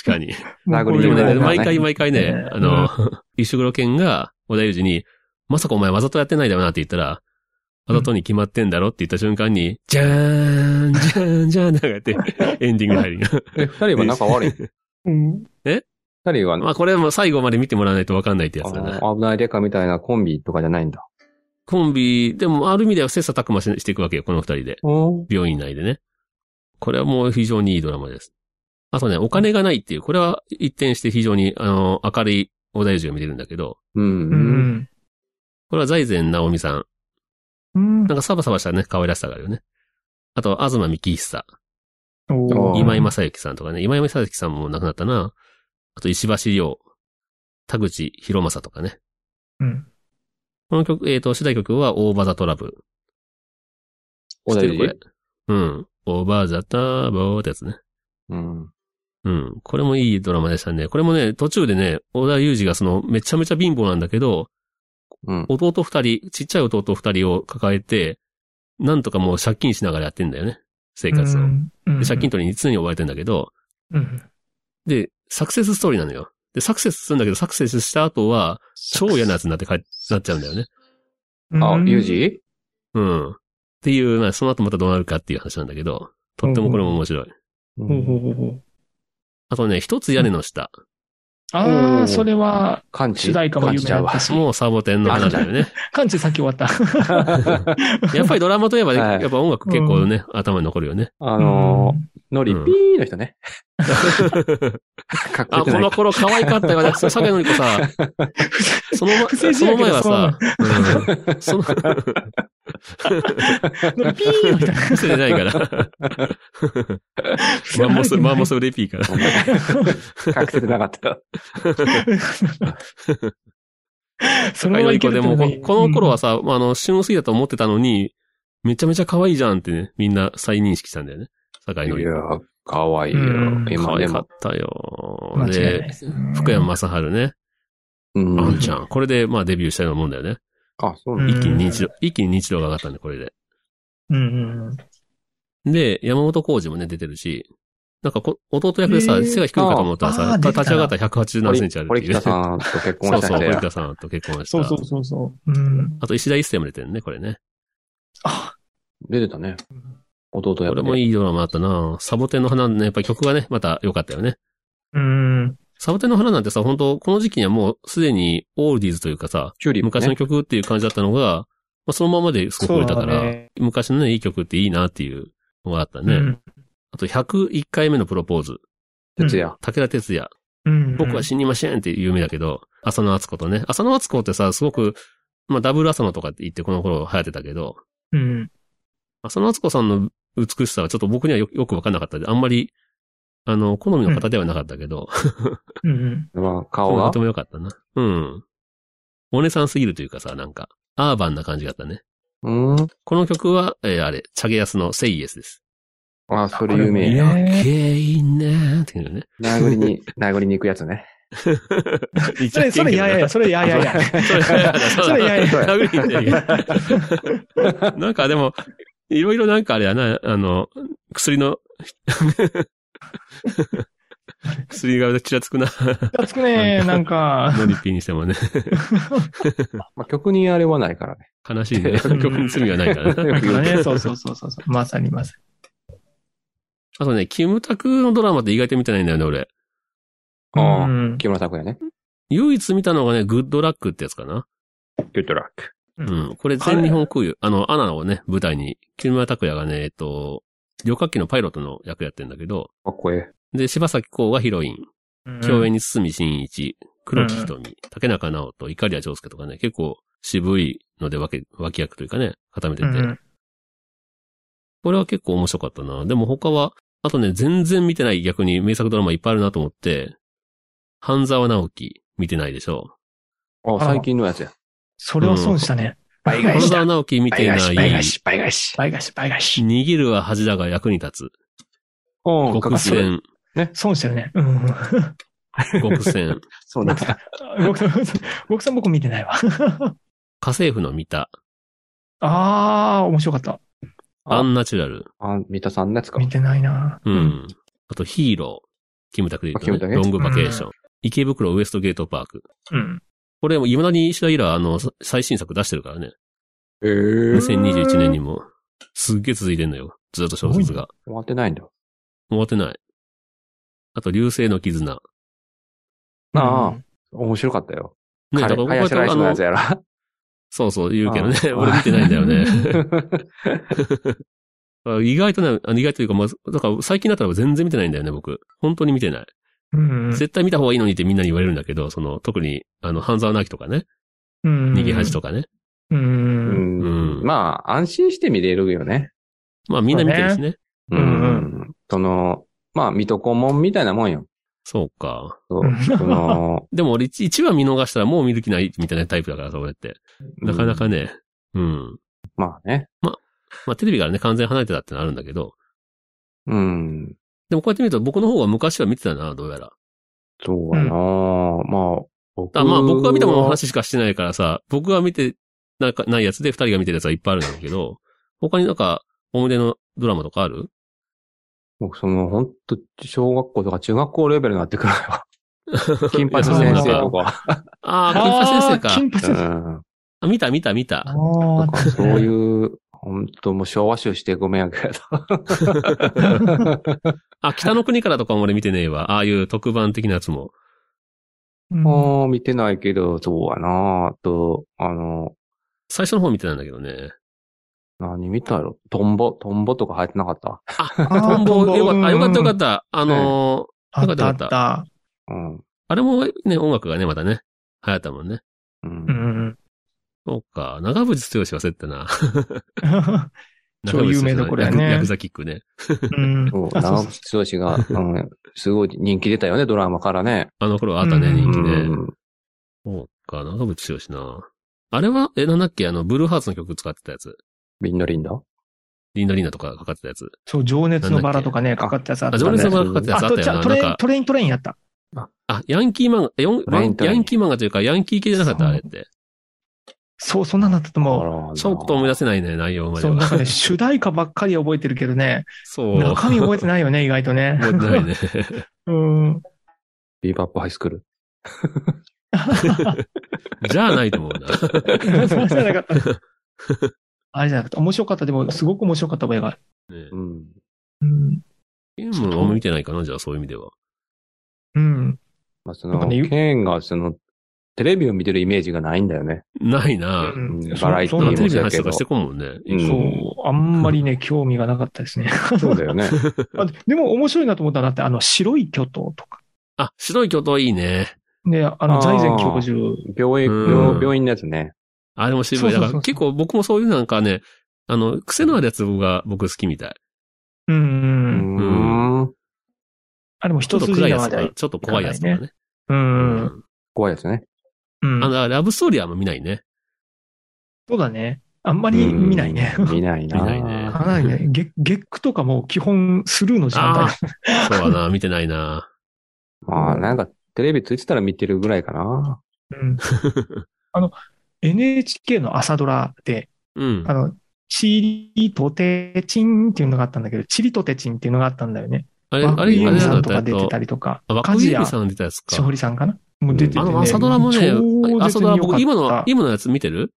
Speaker 2: かに。
Speaker 4: ラグリー
Speaker 2: でも
Speaker 4: 有名
Speaker 2: ね、
Speaker 4: だ
Speaker 2: 毎回毎回ね
Speaker 3: ね、
Speaker 2: あの、石黒健が小田裕二に、まさかお前わざとやってないだろうなって言ったら、わざとに決まってんだろって言った瞬間に、じゃーん、じゃーん、じゃーん、なんかや *laughs* って、エンディングに入り。
Speaker 4: え、二人は仲悪
Speaker 2: *laughs*
Speaker 4: い。
Speaker 3: うん。
Speaker 4: 二人は、
Speaker 2: まあこれも最後まで見てもらわないとわかんないってやつだね。
Speaker 4: あ危ないデカみたいなコンビとかじゃないんだ。
Speaker 2: コンビ、でもある意味では切磋琢磨ししていくわけよ、この二人で。
Speaker 4: お
Speaker 2: 病院内でね。これはもう非常にいいドラマです。あとね、お金がないっていう、これは一転して非常に、あの、明るい小田裕二が見れるんだけど、
Speaker 4: う。
Speaker 3: うんん。
Speaker 2: これは財前直美さん。
Speaker 3: うん
Speaker 2: なんかサバサバしたね、可愛らしさがあるよね。あと、東幹久、
Speaker 3: おー
Speaker 2: 今井正幸さんとかね、今井正幸さんも亡くなったな。あと、石橋亮、田口博正とかね。
Speaker 3: うん。
Speaker 2: この曲、えっ、と、主題曲は、オーバーザトラブ。
Speaker 4: 小田
Speaker 2: 知ってるこ
Speaker 4: 裕
Speaker 2: れ。うん。オーバーザタボーってやつね。
Speaker 4: 二。うん。
Speaker 2: うん。これもいいドラマでしたね。これもね、途中でね、小田裕二がその、めちゃめちゃ貧乏なんだけど、
Speaker 4: うん。
Speaker 2: 弟二人、ちっちゃい弟二人を抱えて、なんとかもう借金しながらやってんだよね。生活を。
Speaker 3: うん
Speaker 2: で借金取りに常に追われてんだけど、
Speaker 3: うん。
Speaker 2: で、サクセスストーリーなのよ。で、サクセスするんだけど、サクセスした後は、超嫌なやつになって帰っなっちゃうんだよね。
Speaker 3: うん
Speaker 4: あ、ユージ
Speaker 2: うん。っていう、まあ、その後またどうなるかっていう話なんだけど、とってもこれも面白い。
Speaker 3: ほ
Speaker 4: う
Speaker 3: うんほうほうほう。
Speaker 2: あとね、一つ屋根の下。
Speaker 3: あ
Speaker 4: おー
Speaker 3: あ、それは、
Speaker 4: 感知。
Speaker 3: 主題歌も有
Speaker 4: 感
Speaker 3: 名
Speaker 4: 知ちゃ
Speaker 3: だ
Speaker 4: う
Speaker 3: っ
Speaker 4: わ
Speaker 3: たし。
Speaker 2: もうサボテンの話だよね。
Speaker 3: 完治先終わった。
Speaker 2: やっぱりドラマといえば、
Speaker 4: はい
Speaker 2: やっぱ音楽結構ね、頭に残るよね。
Speaker 4: あのー、ノリピーの
Speaker 2: *laughs*
Speaker 4: 人ね。かっこ
Speaker 2: あ、こ
Speaker 4: よくない
Speaker 2: の。頃可愛かったよね。そう酒井のり子さ、
Speaker 4: *laughs*
Speaker 2: その
Speaker 3: 不
Speaker 2: 前、そ
Speaker 3: 正試
Speaker 2: の
Speaker 3: 合
Speaker 2: 前
Speaker 3: け
Speaker 2: は
Speaker 3: どそう
Speaker 2: さ
Speaker 3: な、
Speaker 2: うん
Speaker 4: *laughs*
Speaker 2: その、
Speaker 3: ののピーみたいな。
Speaker 2: 癖じゃないから。マンモス、マンモスレピーから。
Speaker 4: 隠せてなかった。
Speaker 3: *laughs* そ
Speaker 2: は
Speaker 3: の
Speaker 2: いの
Speaker 3: まま
Speaker 2: り
Speaker 3: い
Speaker 2: こで
Speaker 3: ける
Speaker 2: も、
Speaker 3: と
Speaker 2: こ
Speaker 3: 思う
Speaker 2: この頃は、さ、まああの、旬を過ぎだと思ってたのに、めちゃめちゃ可愛いじゃんってね、みんな再認識したんだよね。酒井の
Speaker 4: い
Speaker 2: り
Speaker 4: や
Speaker 2: 子。
Speaker 4: ー、かわいいよ
Speaker 3: うん。
Speaker 2: 可
Speaker 4: 今
Speaker 2: 愛
Speaker 4: で
Speaker 2: か
Speaker 4: も
Speaker 2: っ。たよ
Speaker 3: 間。違いない
Speaker 2: で
Speaker 3: で、すね。
Speaker 2: 福山雅治ね。あ
Speaker 4: う
Speaker 2: ん
Speaker 4: ん。
Speaker 2: ちゃん。これで、まあデビューしたようなもんだよね。
Speaker 4: あ、そう
Speaker 3: う
Speaker 4: なんん
Speaker 2: 一気に認知度、一気に認知度が上がったんで、これで。
Speaker 3: うんうん。
Speaker 2: で、山本浩二もね、出てるし、なんかこ、弟役でさ、
Speaker 3: へー
Speaker 2: 背が低いかと思ったら
Speaker 3: あ
Speaker 2: さ、
Speaker 3: ー
Speaker 2: 立
Speaker 3: 出てた
Speaker 2: ち上がったら180何センチあるって
Speaker 4: 堀
Speaker 2: いう。
Speaker 4: 北
Speaker 2: そう
Speaker 4: さんと結
Speaker 2: *laughs* そ
Speaker 4: 婚
Speaker 2: う、
Speaker 4: した人
Speaker 2: 堀
Speaker 4: や。
Speaker 2: 北さんと結婚した。
Speaker 3: そうそうそうそう。うん。
Speaker 2: あと、石田一世も出てるね、これね。
Speaker 3: あ、
Speaker 4: 出てたね。弟や
Speaker 2: こ
Speaker 4: っ
Speaker 2: れ
Speaker 4: て。
Speaker 2: もいいドラマあったなサボテンの花ね、やっぱり曲がね、また良かったよね。
Speaker 3: うん。
Speaker 2: サボテンの花なんてさ、本当この時期にはもうすでにオールディーズというかさ、
Speaker 4: チューリップ
Speaker 2: 昔
Speaker 4: ね
Speaker 2: の。曲っていう感じだったのが、まあ、そのままですごく売れたから、
Speaker 3: そうだね
Speaker 2: 昔のね、いい曲っていいなっていうのがあった
Speaker 3: う
Speaker 2: ね。
Speaker 3: ん。
Speaker 2: あと、101回目のプロポーズ。
Speaker 3: の
Speaker 4: 哲也。
Speaker 2: 武田鉄矢。
Speaker 3: うん
Speaker 2: 僕は死にませんっていう有名だけど、浅野敦子とね。浅野敦子ってさ、すごく、まあ、ダブル浅野とかって言ってこの頃流行ってたけど、
Speaker 3: うん。
Speaker 2: 浅野敦子さんの美しさはちょっと僕にはよよくわかんなかったんで、あんまり、あの、好みの方ではなかったけど、
Speaker 3: うん。
Speaker 4: まあ、
Speaker 2: そ
Speaker 4: 顔
Speaker 2: う
Speaker 4: が
Speaker 2: *laughs* とて。もよかったな。うん。お姉さんすぎるというかさ、なんか、アーバンな感じがあったね。
Speaker 4: うん。
Speaker 2: この曲は、えーあれ、チャゲヤスの Say Yes です。
Speaker 4: あ、それ有名
Speaker 3: え
Speaker 4: や。
Speaker 3: ー
Speaker 2: ゲイねーって
Speaker 3: *laughs*
Speaker 2: いうね。
Speaker 4: 殴りに、 *laughs* 殴りに行くやつね。
Speaker 3: それ、それ、いやいやいや、それ、いやいやいや。
Speaker 2: *laughs* それ、
Speaker 3: それ、いやいやいや。
Speaker 2: 殴りに行ってるなんかでも、いろいろなんかあれやな、あの、薬
Speaker 3: *laughs*
Speaker 2: の、薬がちらつくな、
Speaker 3: つくね、なんか。
Speaker 2: ノリピーにして
Speaker 3: *laughs*
Speaker 2: もね。
Speaker 4: まあ、曲にあれはないからね。
Speaker 2: 悲しいね。曲に罪はないからな。
Speaker 3: *laughs*
Speaker 4: よく言う
Speaker 3: ね、そうそうそうそうそう。まさにまさ
Speaker 2: あとね、キムタクのドラマって意外と見てないんだよね、俺。
Speaker 3: に。
Speaker 4: あ
Speaker 3: う
Speaker 4: あ、
Speaker 3: ん。
Speaker 4: 木村拓哉ね。
Speaker 2: 唯一見たのがね、グッドラックってやつかな。
Speaker 4: グッドラック。
Speaker 2: うん。これ全日本空輸。あの、アナをね、舞台に、木村拓哉がね、えっと、旅客機のパイロットの役やってんだけど、
Speaker 4: かっこえ
Speaker 2: で、柴咲コウがヒロイン。共演に堤真一、黒木瞳、竹中直人、イカリア長介とかね、結構渋いので分け、脇役というかね、固めてて。
Speaker 3: うん
Speaker 2: これは結構面白かったな。でも他は、あとね、全然見てない逆に名作ドラマいっぱいあるなと思って、半沢直樹見てないでしょ。
Speaker 4: え。あ、
Speaker 3: あら
Speaker 4: 最近のやつや。
Speaker 3: それを損したね。倍返
Speaker 2: 半
Speaker 3: し
Speaker 2: 沢
Speaker 3: だ。
Speaker 2: 直樹見てない、
Speaker 4: 倍返し。
Speaker 3: 倍返し、倍返し。
Speaker 2: 握るは恥だが役に立つ。
Speaker 4: お
Speaker 2: 極戦、
Speaker 3: 損してるね。うん。
Speaker 2: 極戦、
Speaker 4: そうなんだ。
Speaker 3: 僕、僕さん僕見てないわ。
Speaker 2: 家政婦の見た、
Speaker 3: あー、面白かった。
Speaker 4: あ
Speaker 2: アンナチュラル、
Speaker 4: あ、三田さんのやつか
Speaker 3: 見。てないな。
Speaker 2: うん。。あとヒーロー、キムタクで言うと、ね、
Speaker 4: あキムタクね
Speaker 2: ロングバケーション、池袋ウエストゲートパーク。
Speaker 3: うん。
Speaker 2: これ、未だに石田イラ、あの、さ最新作出してるからね。
Speaker 4: ええー。終
Speaker 2: 2021年にも。すっげえ続いてんのよ。ずっと小説が。
Speaker 4: わってないんだ。
Speaker 2: 終わってない。あと、流星の絆。ね、
Speaker 4: あ面白かったよ。
Speaker 2: だから
Speaker 4: 彼
Speaker 2: 僕
Speaker 4: 林ライスのやつやら。
Speaker 2: そうそう言うけどね。
Speaker 4: あ
Speaker 2: *laughs* 俺見てないんだよね。意外とね、あの意外というか、まあ、だから最近だったら全然見てないんだよね、僕。本当に見てない。
Speaker 3: うん。
Speaker 2: 絶対見た方がいいのにってみんなに言われるんだけど、その、特に、あの、半沢直樹とかね、逃
Speaker 3: 逃
Speaker 2: げ恥とかね。
Speaker 3: う。
Speaker 4: うん
Speaker 2: うん
Speaker 4: んまあ、安心して見れるよね。
Speaker 2: まあみんな見てるしね。
Speaker 4: う
Speaker 3: うん
Speaker 4: ん。その、まあ、水戸黄門みたいなもんよ。
Speaker 2: そうか。
Speaker 4: そう
Speaker 3: うん
Speaker 4: その、
Speaker 2: でも俺一一話見逃したらもう見る気ないみたいなタイプだからさ、俺って。 *laughs* なかなかね。うん。
Speaker 4: まあね。
Speaker 2: まあテレビからね、完全に離れてたってのあるんだけど。
Speaker 4: うん。
Speaker 2: でもこうやって見ると僕の方は昔は見てたな、どうやら。
Speaker 4: そうやなまあ、僕
Speaker 2: あまあ僕が見たものの
Speaker 4: は
Speaker 2: 話しかしてないからさ、僕が見てなんかないやつで二人が見てるやつはいっぱいあるんだけど、他になんか思い出のドラマとかある
Speaker 4: 僕、その、本当小学校とか中学校レベルになってくるよ。金八
Speaker 2: いや
Speaker 4: 先
Speaker 2: そ
Speaker 4: 生
Speaker 2: うな
Speaker 4: と
Speaker 2: んだ
Speaker 4: か。
Speaker 2: ああ、金八先生
Speaker 3: あー
Speaker 2: か。
Speaker 3: 金八
Speaker 4: う
Speaker 3: 先生。
Speaker 4: ん。
Speaker 2: あ見た見た見た。
Speaker 3: あ
Speaker 4: と
Speaker 3: ー
Speaker 4: か、そういう、本当もう昭和集してごめんやけど。
Speaker 2: あ、北の国からとかも俺見てねえわ。ああいう特番的なやつも。
Speaker 3: うん
Speaker 4: もう見てないけど、そうやなあと、あの、
Speaker 2: 最初の方見てたんだけどね。
Speaker 4: 何見たやろトンボ、トンボとか入ってなかった。
Speaker 3: あ
Speaker 2: トンボ、よかった、よかった、よか
Speaker 3: た。
Speaker 2: った。あのー
Speaker 3: あ
Speaker 2: よかった
Speaker 3: った、
Speaker 2: よか
Speaker 3: あ
Speaker 2: っ
Speaker 3: ったた。
Speaker 4: うん。
Speaker 2: あれもね、音楽がね、またね、流行ったもんね。
Speaker 3: う
Speaker 4: う。
Speaker 3: んん。 *laughs*
Speaker 2: そうか、長渕剛忘れてたな。
Speaker 3: 超有名どころやね
Speaker 2: 長渕剛のヤクヤクザキックね。
Speaker 3: うん
Speaker 4: そう、
Speaker 3: あ
Speaker 4: 長
Speaker 3: そうそ
Speaker 4: 渕剛が、うん、すごい人気出たよね、ドラマからね。
Speaker 2: あの頃あったね、人
Speaker 4: う
Speaker 2: 気ね。
Speaker 4: ん。
Speaker 2: そうか、長渕剛な。あれは、え、なんだっけ、あの、ブルーハーツの曲使ってたやつ。
Speaker 4: みんなリンダ
Speaker 2: リンダリンダとかかかってたやつ。
Speaker 3: うそう、情熱のバラとかね、かかったやつあっ
Speaker 2: あ、
Speaker 3: た
Speaker 2: 情
Speaker 3: ね。
Speaker 2: 熱の場かかってたやつあ
Speaker 3: あ
Speaker 2: っ
Speaker 3: と
Speaker 2: た
Speaker 3: じ
Speaker 2: よ
Speaker 3: ゃ
Speaker 2: な。
Speaker 3: あト
Speaker 2: なん
Speaker 3: レイン
Speaker 2: か、
Speaker 3: トレイントレインやった。
Speaker 2: あ、ヤンキー漫画、よん
Speaker 4: トレイントレイ
Speaker 2: ヤ
Speaker 4: ン
Speaker 2: ンキー漫画というか、ヤンキー系じゃなかった、あれって。
Speaker 3: そう、そんなんだったと思う。
Speaker 2: ちょっと思い出
Speaker 4: す。
Speaker 2: せないね、内容まで
Speaker 3: そう、なん
Speaker 2: は。
Speaker 3: かね、主題歌ばっかり覚えてるけどね、
Speaker 2: そう。
Speaker 3: 中身覚えてないよね、意外とね。
Speaker 2: 覚えてないね。
Speaker 3: *laughs* うん。 *laughs*
Speaker 4: ビーバップハイスクール。
Speaker 2: *laughs* じゃあないと思うな。
Speaker 3: そうじゃなかった。あれじゃなくて、面白かった。でも、すごく面白かった覚えがある。
Speaker 2: ね
Speaker 4: うん。
Speaker 3: うん。
Speaker 2: ゲームはあんま見てないかな、じゃあそういう意味では。
Speaker 3: うん。
Speaker 4: まあ、そ
Speaker 3: なん
Speaker 4: の、
Speaker 3: かねゆ
Speaker 4: ケンが、その、テレビを見てるイメージがないんだよね。
Speaker 2: ないな
Speaker 3: う。
Speaker 4: うん
Speaker 3: ん
Speaker 4: バラエテ
Speaker 3: そ
Speaker 4: ィ
Speaker 3: う
Speaker 4: ー
Speaker 2: な
Speaker 3: なんん
Speaker 2: かテレ
Speaker 3: だよ
Speaker 2: ビ
Speaker 4: も
Speaker 2: の
Speaker 4: だ
Speaker 2: 話
Speaker 4: け
Speaker 2: と
Speaker 4: ど
Speaker 2: かして。こんもんね。
Speaker 4: うん
Speaker 3: そう、あんまりね、興味
Speaker 2: *laughs*
Speaker 3: がなかったですね。
Speaker 4: そうだよね。
Speaker 3: あでも面白いなと思ったのはだって、あの、白い巨頭とか。
Speaker 2: あ、白い巨頭いいね。
Speaker 3: ね、あの、
Speaker 4: あー
Speaker 3: 財前教授、
Speaker 4: 病院、
Speaker 2: うん
Speaker 4: 病病院のやつね。
Speaker 2: あ、でも渋
Speaker 3: そう
Speaker 2: い。
Speaker 3: そ
Speaker 2: だ
Speaker 3: うそ
Speaker 2: から
Speaker 3: うそう
Speaker 2: 結構僕もそういうなんかね、あの、癖のあるやつが僕好きみたい。
Speaker 3: うんう
Speaker 4: うん
Speaker 3: うん。
Speaker 4: ーん。
Speaker 3: あ、でも
Speaker 2: ちょ
Speaker 3: 一
Speaker 2: っと
Speaker 3: 筋
Speaker 2: 暗いや
Speaker 3: 縄
Speaker 2: つ
Speaker 3: で
Speaker 2: と
Speaker 3: は
Speaker 2: か、ちょっと怖いやつとかね。
Speaker 3: うんうん。
Speaker 4: 怖いですね。
Speaker 3: うん
Speaker 2: あ。の、ラブストーリーはあんま見ないね。
Speaker 3: そうだね。あんまり見ないね。 *laughs*
Speaker 4: うん見ないな。
Speaker 2: 見ないね
Speaker 3: かなり
Speaker 2: *laughs*
Speaker 3: ね、ゲゲックとかも基本スルーの時間帯
Speaker 2: あ。あ、そうだな、見てないな。
Speaker 4: まあ、なんか、テレビついてたら見てるぐらいかな。
Speaker 3: うん、あの、NHK の朝ドラで、
Speaker 2: うん
Speaker 3: あ。の、チリとてちんっていうのがあったんだけど、チリとてちんっていうのがあったんだよね。
Speaker 2: あれ、あれ、あ
Speaker 3: 和
Speaker 2: れ
Speaker 3: 久井由美
Speaker 2: な
Speaker 3: さ
Speaker 2: ん
Speaker 3: んと
Speaker 2: だ
Speaker 3: か
Speaker 2: っ
Speaker 3: 出
Speaker 2: た
Speaker 3: て
Speaker 2: よ。
Speaker 3: たりとか、
Speaker 2: あ、若
Speaker 3: 梶
Speaker 2: 井由
Speaker 3: 谷
Speaker 2: 美さん出たやつ
Speaker 3: し
Speaker 2: か
Speaker 3: ほ。りさんかなもう出てて、
Speaker 2: あ
Speaker 3: ね。
Speaker 2: の朝ドラもね
Speaker 3: 超、
Speaker 2: 朝
Speaker 3: 絶
Speaker 2: ドラ
Speaker 3: に良かっ
Speaker 2: 僕、
Speaker 3: た
Speaker 2: 今の、今のやつ見てる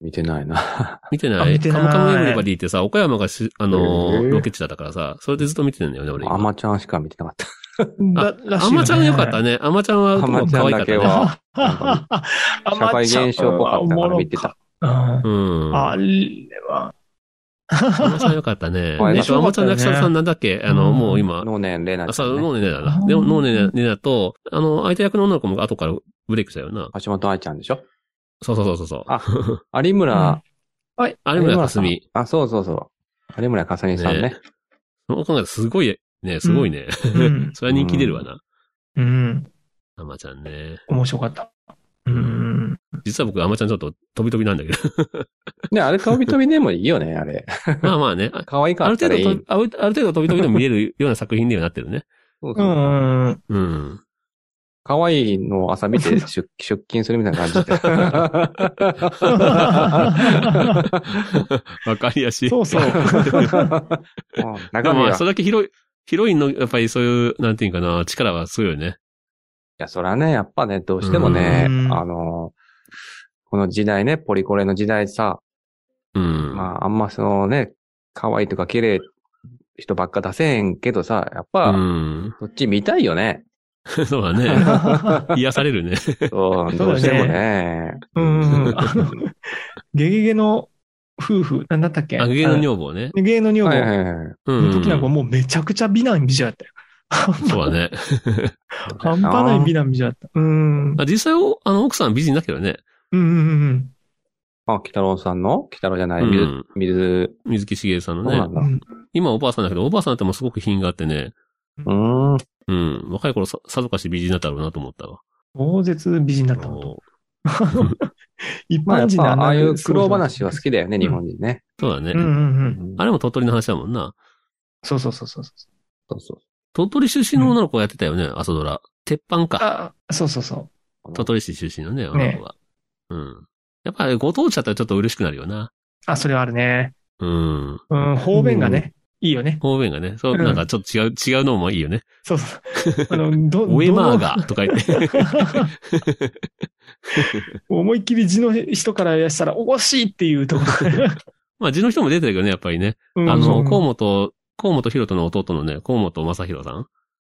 Speaker 4: 見てないな。
Speaker 2: 見て
Speaker 3: あ
Speaker 2: ない
Speaker 3: 見てない
Speaker 2: カムカムエヴリバディってさ、岡山がし、あの
Speaker 4: へ
Speaker 2: ー、
Speaker 4: え
Speaker 2: ロケ地だったからさ、それでずっと見てるんだよね、俺。
Speaker 4: アマちゃんしか見てなかった。
Speaker 3: だらしい
Speaker 2: あんまちゃんよかった
Speaker 3: ね。
Speaker 2: ね。あんまちゃんは、
Speaker 4: あんまちゃ
Speaker 2: 可
Speaker 4: ん
Speaker 2: 愛かった
Speaker 4: だけ
Speaker 2: ね。
Speaker 4: は、なんか
Speaker 3: あ
Speaker 4: 社会現象っぽかったから見てた。
Speaker 3: あ
Speaker 2: うん。
Speaker 3: あれは。
Speaker 2: あんまちゃんよかった
Speaker 3: *laughs*
Speaker 2: ね。
Speaker 4: 可愛
Speaker 2: え
Speaker 4: か
Speaker 2: っ
Speaker 4: った
Speaker 2: と、あんまちゃんの役者さんなんだっけあの、
Speaker 3: うん
Speaker 2: もう今、
Speaker 4: 能年玲奈
Speaker 2: あ、
Speaker 4: ちゃ
Speaker 2: さ、
Speaker 4: んね、
Speaker 2: ノーネネだな
Speaker 3: う。ん
Speaker 2: でも、ノーネネネだと、あの、相手役の女の子も後からブレイクしたよな。
Speaker 4: 橋本愛ちゃんでしょ
Speaker 2: そうそうそうそう。
Speaker 4: あ、有村、
Speaker 2: あれもやかす
Speaker 4: さん
Speaker 2: み。。
Speaker 4: あ、そうそうそう。有村かすみさんね
Speaker 2: ね。その考えたらすごい、ね、すごいね。
Speaker 3: *laughs* うん。
Speaker 2: それは人気出るわな。
Speaker 3: うん。
Speaker 2: あまちゃんね。
Speaker 3: 面白かった。うん。
Speaker 2: 実は僕、あまちゃんちょっと飛び飛びなんだ
Speaker 4: *laughs*
Speaker 2: けど。
Speaker 4: ね、あれ飛び飛びでもいいよね、あれ。
Speaker 2: まあまあね。 *laughs* あ
Speaker 4: 可愛
Speaker 2: あ
Speaker 4: か
Speaker 2: る
Speaker 4: った
Speaker 2: 程
Speaker 4: らい
Speaker 2: 度
Speaker 4: い
Speaker 2: と。、あるある程度飛び飛びでも見れるような作品にはなってる
Speaker 4: *laughs*
Speaker 2: ね。
Speaker 4: そう
Speaker 3: う。
Speaker 4: そうん
Speaker 2: うん。
Speaker 4: 可愛いのを朝
Speaker 3: *laughs*
Speaker 4: 見て出出勤するみたいな感じで。
Speaker 3: *laughs*
Speaker 2: わかりやしい。
Speaker 3: そうそう。
Speaker 4: もう
Speaker 2: で
Speaker 4: 中身
Speaker 2: もまあ、
Speaker 4: は、
Speaker 2: そ
Speaker 4: い
Speaker 2: れだけヒロイン、ヒロインの、やっぱりそういう、なんていうかな、力はすごいよね。
Speaker 4: や、そらね、やっぱね、どうしてもね、
Speaker 3: うん
Speaker 4: あの、この時代ね、ポリコレの時代さ、
Speaker 2: うん。
Speaker 4: まあ、あんまそのね、可愛いとか綺麗人ばっか出せへんけどさ、やっぱ、
Speaker 2: うん。 *laughs*
Speaker 4: そっち見たいよね。
Speaker 2: そうだね。
Speaker 4: *laughs*
Speaker 2: 癒されるね。
Speaker 4: そう、どうしてもね。
Speaker 3: うん。 *laughs* あの、ゲゲゲの夫婦、なんだったっけ
Speaker 2: あ、ゲゲの女房ね。
Speaker 3: ゲゲゲの女
Speaker 4: はいは
Speaker 3: 房
Speaker 4: いはい。
Speaker 2: うん
Speaker 3: の時なんかもうめちゃくちゃ美男美女やったよ。
Speaker 2: そうだね。
Speaker 3: 半端ない美男美女やった。うん。うん
Speaker 2: あ実際、おあの、奥さん美人だけどね。
Speaker 3: うんうん
Speaker 4: あ、北郎さんの北郎じゃない、
Speaker 2: う
Speaker 4: 水
Speaker 2: ん、
Speaker 4: 水、
Speaker 2: 水木しげるさん
Speaker 4: そうな
Speaker 2: のね。
Speaker 4: んだ
Speaker 3: う。ん。
Speaker 2: 今おばあさんだけど、おばあさんってもうすごく品があってね。
Speaker 4: うーん。
Speaker 2: うん。若い頃さ、さぞかし美人だったろうなと思ったわ。
Speaker 3: 超絶美人だったのと。
Speaker 2: そ
Speaker 3: 一
Speaker 4: まあ、や
Speaker 3: 般
Speaker 4: っ
Speaker 3: 人
Speaker 4: ぱ、
Speaker 3: な
Speaker 4: ああいう苦労話は好
Speaker 3: き。
Speaker 4: きだよね、日本人ね。
Speaker 2: うだね。
Speaker 3: うんうんうん。
Speaker 2: あれも鳥取の話だもんな。
Speaker 3: そうそうそうそうそう。
Speaker 4: そうそう。
Speaker 2: 鳥取出身の女の子がやってたよね、朝ドラ。鉄板か。
Speaker 3: あ、そうそうそう。
Speaker 2: 鳥取市出身のね、女の子が。うん。やっぱりご当地だったらちょっと嬉しくなるよな。
Speaker 3: あ、それはあるね。
Speaker 2: うん。
Speaker 3: うん、方便がね、いいよね。
Speaker 2: 方面がね、そう、
Speaker 3: うん
Speaker 2: なんかちょっと違う、違うのもいいよね。
Speaker 3: そうそう。あ *laughs* の、ど、
Speaker 2: ウェマー
Speaker 3: ど
Speaker 2: ガーとか言
Speaker 3: *laughs*
Speaker 2: って。
Speaker 3: の思いっきり字の人からしたら、おかしいっていうところ。
Speaker 2: まあ、字の人も出てるけどね、やっぱりね。
Speaker 3: うん
Speaker 2: あの、河
Speaker 3: う。
Speaker 2: 本、河本博人の弟のね、河本正宏さん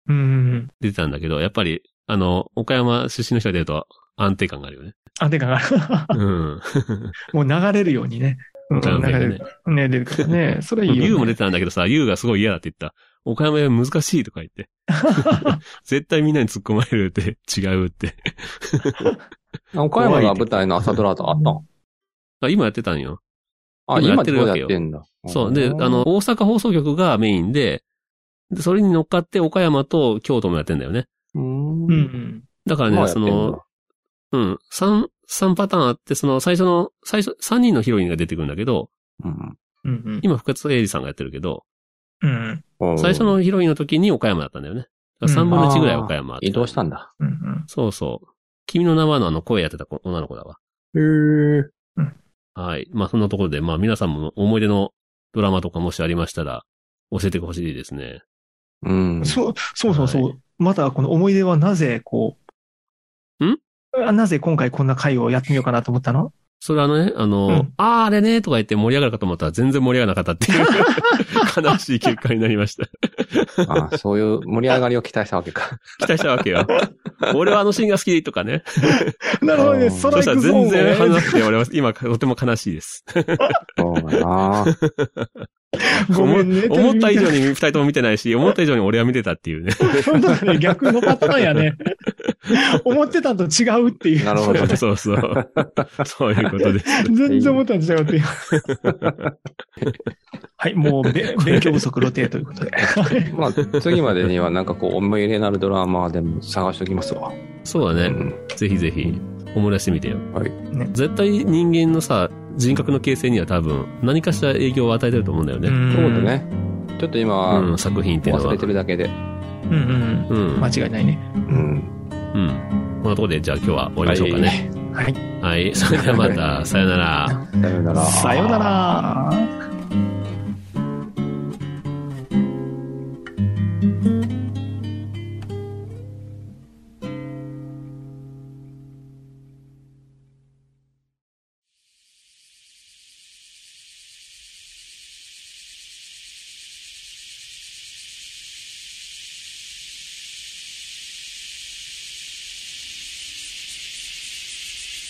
Speaker 3: うんうんうん。
Speaker 2: 出てたんだけど、やっぱり、あの、岡山出身の人が出ると安定感があるよね。
Speaker 3: あ、てか、 *laughs*
Speaker 2: うん。
Speaker 3: もう流れるようにね。うん、
Speaker 2: 岡山弁
Speaker 3: 流
Speaker 2: が
Speaker 3: れ
Speaker 2: ね
Speaker 3: る。ね、出るからね。それいいよ、ね。
Speaker 2: ユウも出てたんだけどさ、ユウがすごい嫌だって言った。岡山弁難しいとか言
Speaker 3: *laughs*
Speaker 2: って。絶対みんなに突っ込まれるって、違うって。
Speaker 4: あ岡山が舞台の朝ドラとかあったの
Speaker 2: あ今やってたんよ。
Speaker 4: あ、
Speaker 2: 今や
Speaker 4: 今
Speaker 2: って
Speaker 4: ど
Speaker 2: るわ
Speaker 4: うや
Speaker 2: けよ
Speaker 4: ってんだ。
Speaker 2: そう。で、あの、、大阪放送局がメインで、でそれに乗っかって岡山と京都もやってんだよね。
Speaker 4: うーん。
Speaker 3: うんうん。
Speaker 2: だから
Speaker 4: 今
Speaker 2: ね、
Speaker 4: やって
Speaker 2: そ
Speaker 4: んだ
Speaker 2: の、、うん。三、三パターンあって、その最初の、最初、三人のヒロインが出てくるんだけど、
Speaker 4: うん
Speaker 3: うん
Speaker 2: 今、深津英二さんがやってるけど、
Speaker 3: うん。
Speaker 4: うん
Speaker 2: 最初のヒロインの時に岡山だったんだよね。だから3分の1ぐらい岡山あって
Speaker 4: 移動したんだ。
Speaker 3: うんうん。
Speaker 2: そうそう。君の名はのあの声やってた子女の子だわ。
Speaker 4: へえ。
Speaker 2: はい。まあそんなところで、まあ皆さんも思い出のドラマとかもしありましたら、教えてほしいですね。 *laughs*
Speaker 4: うん。
Speaker 3: そう、そうそうそう。また、この思い出はなぜ、こう。
Speaker 2: ん
Speaker 3: あなぜ今回こんな回をやってみようかなと思ったの
Speaker 2: それはね、あの、
Speaker 3: うん
Speaker 2: あーあれね、とか言って盛り上がるかと思ったら全然盛り上がらなかったっていう
Speaker 4: *laughs*
Speaker 2: 悲しい結果になりました。
Speaker 4: あそういう盛り上がりを期待したわけか。
Speaker 2: 期待したわけ
Speaker 4: *laughs*
Speaker 2: よ。俺はあのシーンが好きとかね。
Speaker 3: なるほど
Speaker 4: う
Speaker 3: ね、
Speaker 4: ん
Speaker 3: ストラ
Speaker 2: そ
Speaker 3: イ
Speaker 2: したら
Speaker 3: クゾーンを
Speaker 2: 全然
Speaker 3: ね
Speaker 2: 話して、俺は今とても悲しいです。
Speaker 4: そうだな
Speaker 3: *laughs* ごめんね。
Speaker 2: 思った以上
Speaker 3: *laughs* に。
Speaker 2: に二人とも見てないし、思った以上に俺は見てたっていうね。
Speaker 3: そうだね、逆のパターン
Speaker 2: *laughs*
Speaker 3: やね。思ってたんと違うっていう。
Speaker 4: なるほど。
Speaker 2: そうそう。そういうことです。
Speaker 3: 全然思ったんと違うっていう。 *laughs* はい、もうべ勉強不足露呈という *laughs* ことで。
Speaker 4: まあ、次までにはなんかこう、思い入れのあるドラマでも探しておきますわ。
Speaker 2: そうだね。
Speaker 4: うん
Speaker 2: ぜひぜひ、思い出してみてよ。
Speaker 4: はい
Speaker 3: ね
Speaker 2: 絶対人間のさ、人格の形成には多分、何かしら影響を与えてると思うんだよね。
Speaker 4: そうだ。ね。ちょっと今、
Speaker 2: うん、作品っていうの
Speaker 4: 忘
Speaker 2: は
Speaker 4: れて。るだけで。
Speaker 3: うんうん
Speaker 2: う
Speaker 3: うんん。間。違いないね。
Speaker 4: うん。
Speaker 2: うん。こんなところで、じゃあ今日は終わりましょうかね。
Speaker 3: はい。
Speaker 2: はい。それではまた、さよなら。
Speaker 4: さよなら。
Speaker 3: さよなら。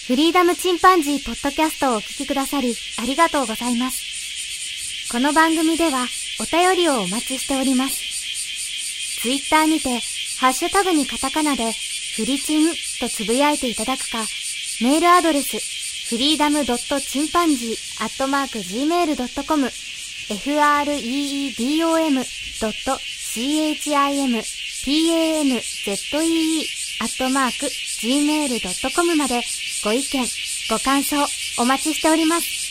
Speaker 1: フリーダムチンパンジーポッドキャストをお聞きくださり、ありがとうございます。この番組では、お便りをお待ちしております。ツイッターにて、ハッシュタグにカタカナで、フリチンとつぶやいていただくか、メールアドレス、フリーダムドットチンパンジーアットマーク Gmail.com、freedom.chimpanzee アットマーク Gmail.com まで、ご意見、ご感想、お待ちしております。